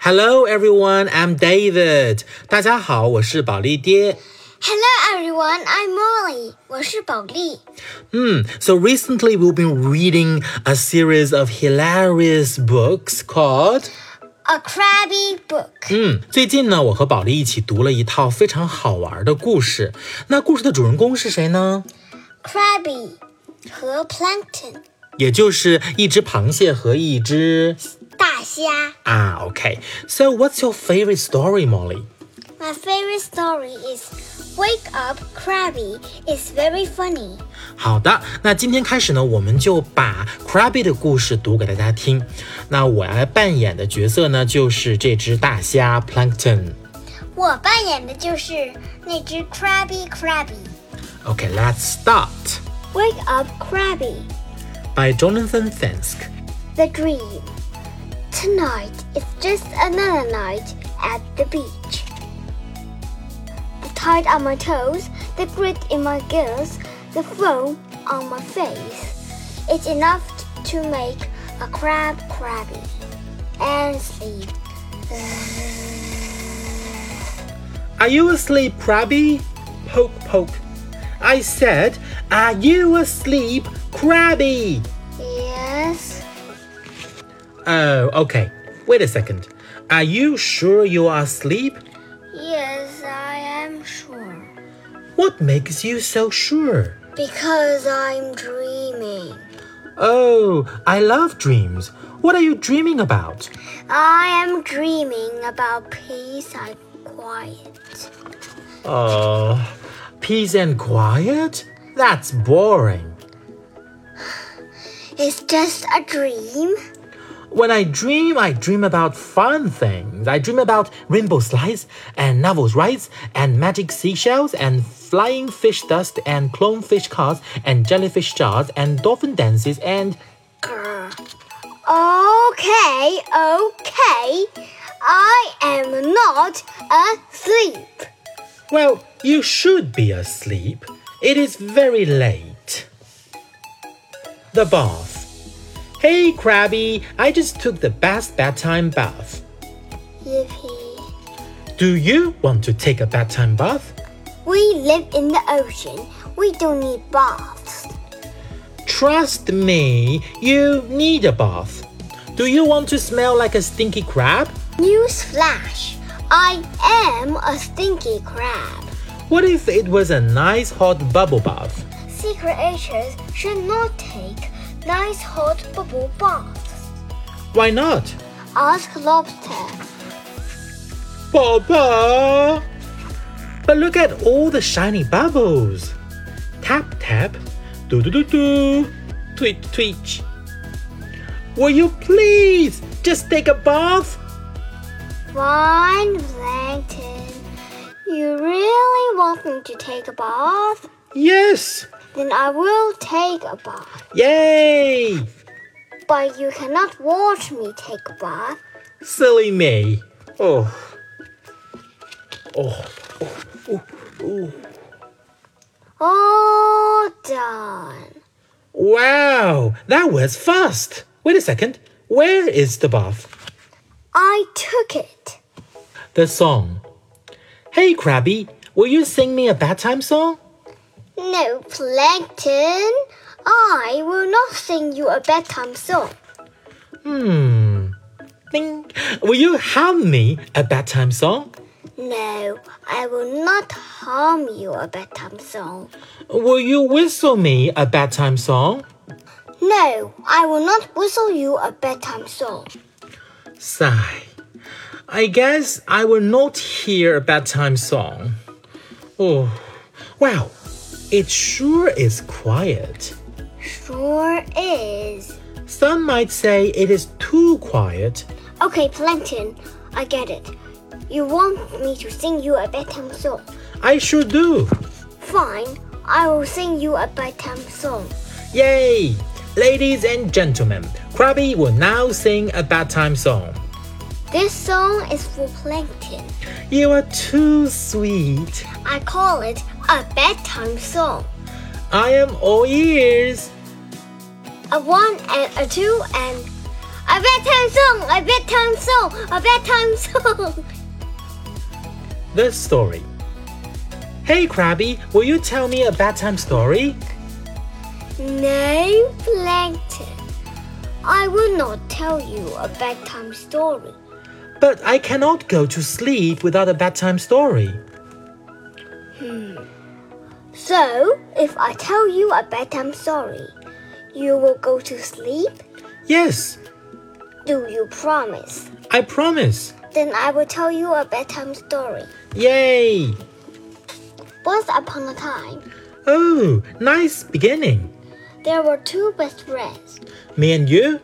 Hello everyone, I'm David. 大家好，我是宝利爹。 Hello everyone, I'm Molly. 我是保利。 Hmm. So recently we've been reading a series of hilarious books called A crabby book. 嗯，最近呢，我和宝莉一起读了一套非常好玩的故事。那故事的主人公是谁呢？ Crabby 和 plankton 也就是一只螃蟹和一只大虾。啊，OK。So what's your favorite story, Molly? My favorite story is Wake Up Crabby. It's very funny. 好的，那今天开始呢，我们就把 Krabby 的故事读给大家听。那我来扮演的角色呢，就是这只大虾 Plankton。我扮演的就是那只 Crabby Crabby. OK，let's、start Wake Up Crabby. by Jonathan Fisk。 The dream. Tonight is just another night at the beach. The tide on my toes, the grit in my gills, the foam on my face. It's enough t- to make a crab crabby. And sleep. Are you asleep, Krabby? Poke, poke. I said, Are you asleep, Krabby? Yes. Oh, okay. Wait a second. Are you sure you are asleep? Yes, I am sure. What makes you so sure? Because I'm dreaming. Oh, I love dreams. What are you dreaming about? I am dreaming about peace and quiet. Oh, peace and quiet? That's boring. It's just a dream. When I dream, I dream about fun things. I dream about rainbow slides and novel rides and magic seashells and flying fish dust and clone fish cars and jellyfish jars and dolphin dances and Grr. Uh, Okay, okay. I am not asleep. well, you should be asleep. It is very late. The bath. Hey, Krabby, I just took the best bedtime bath. Yippee. Do you want to take a bedtime bath? We live in the ocean. We don't need baths. Trust me, you need a bath. Do you want to smell like a stinky crab? Newsflash. I am a stinky crab. What if it was a nice hot bubble bath? Sea creatures should not take nice hot bubble baths. Why not? Ask lobster. Bubba! But look at all the shiny bubbles. Tap tap, do do do do, twitch twitch. Will you please just take a bath? Fine, Plankton. You really want me to take a bath? Yes! Then I will take a bath. Yay! But you cannot watch me take a bath. Silly me. Oh. Oh. All done. Wow, that was fast. Wait a second. Where is the bath? I took it. The song. Hey, Krabby, will you sing me a bedtime song? No, Plankton. I will not sing you a bedtime song. Hmm. Ding. Will you hum me a bedtime song? No, I will not harm you a bedtime song. Will you whistle me a bedtime song? No, I will not whistle you a bedtime song. Sigh. I guess I will not hear a bedtime song. Oh, wow. It sure is quiet. Sure is. Some might say it is too quiet. Okay, Plankton, I get it. You want me to sing you a bedtime song. I sure do. Fine, I will sing you a bedtime song. Yay! Ladies and gentlemen, Krabby will now sing a bedtime song. This song is for Plankton. You are too sweet. I call it a bedtime song. I am all ears. A one and a two and A bedtime song! A bedtime song! A bedtime song! The story. Hey, Krabby, will you tell me a bedtime story? No, Plankton. I will not tell you a bedtime story. But I cannot go to sleep without a bedtime story. So, if I tell you a bedtime story, you will go to sleep? Yes, Do you promise? I promise. Then I will tell you a bedtime story. Yay! Once upon a time, Oh, nice beginning. there were two best friends. Me and you?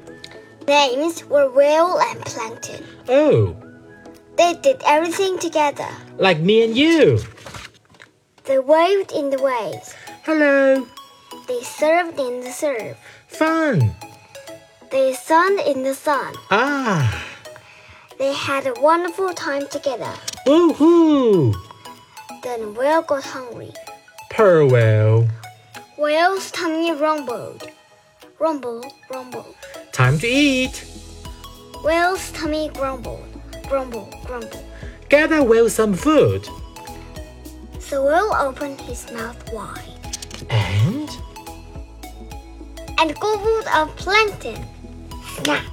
Names were Will and Plankton. Oh, They did everything together. like me and you. They waved in the waves. Hello. They served in the surf. Fun. They sunned in the sun. Ah, They had a wonderful time together. woohoo. Then Will got hungry. Perwell. Will's tummy rumbled. Rumble, rumble. Time to eat. Will's tummy grumbled. Grumble, grumble. Gather well some food. So Will opened his mouth wide And? and gobbled up plankton. Snap!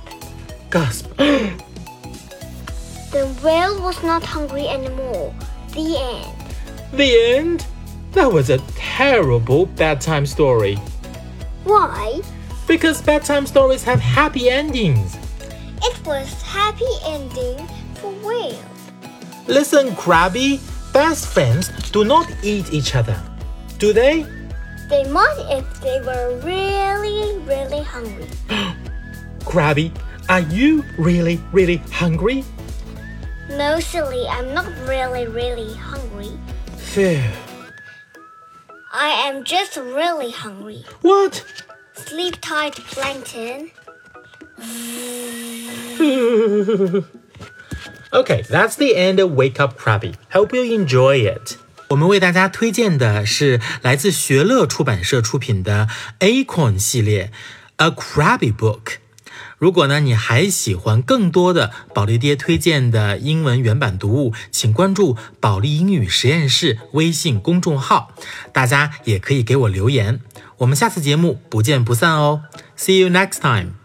Gasp. Then Will was not hungry anymore. The end. the end? That was a terrible bedtime story. Why? Because bedtime stories have happy endings. It was happy ending for Will. Listen, Krabby, best friends do not eat each other, do they? They might if they were really, really hungry. Krabby, are you really, really hungry? No, silly, I'm not really, really hungry. Phew. I am just really hungry. What? Sleep tight, Plankton. Okay, that's the end of Wake Up Krabby. Hope you enjoy it. 我们为大家推荐的是来自学乐出版社出品的 Acorn 系列《A Krabby Book》。如果呢你还喜欢更多的保利爹推荐的英文原版读物，请关注保利英语实验室微信公众号，大家也可以给我留言。我们下次节目不见不散哦。See you next time.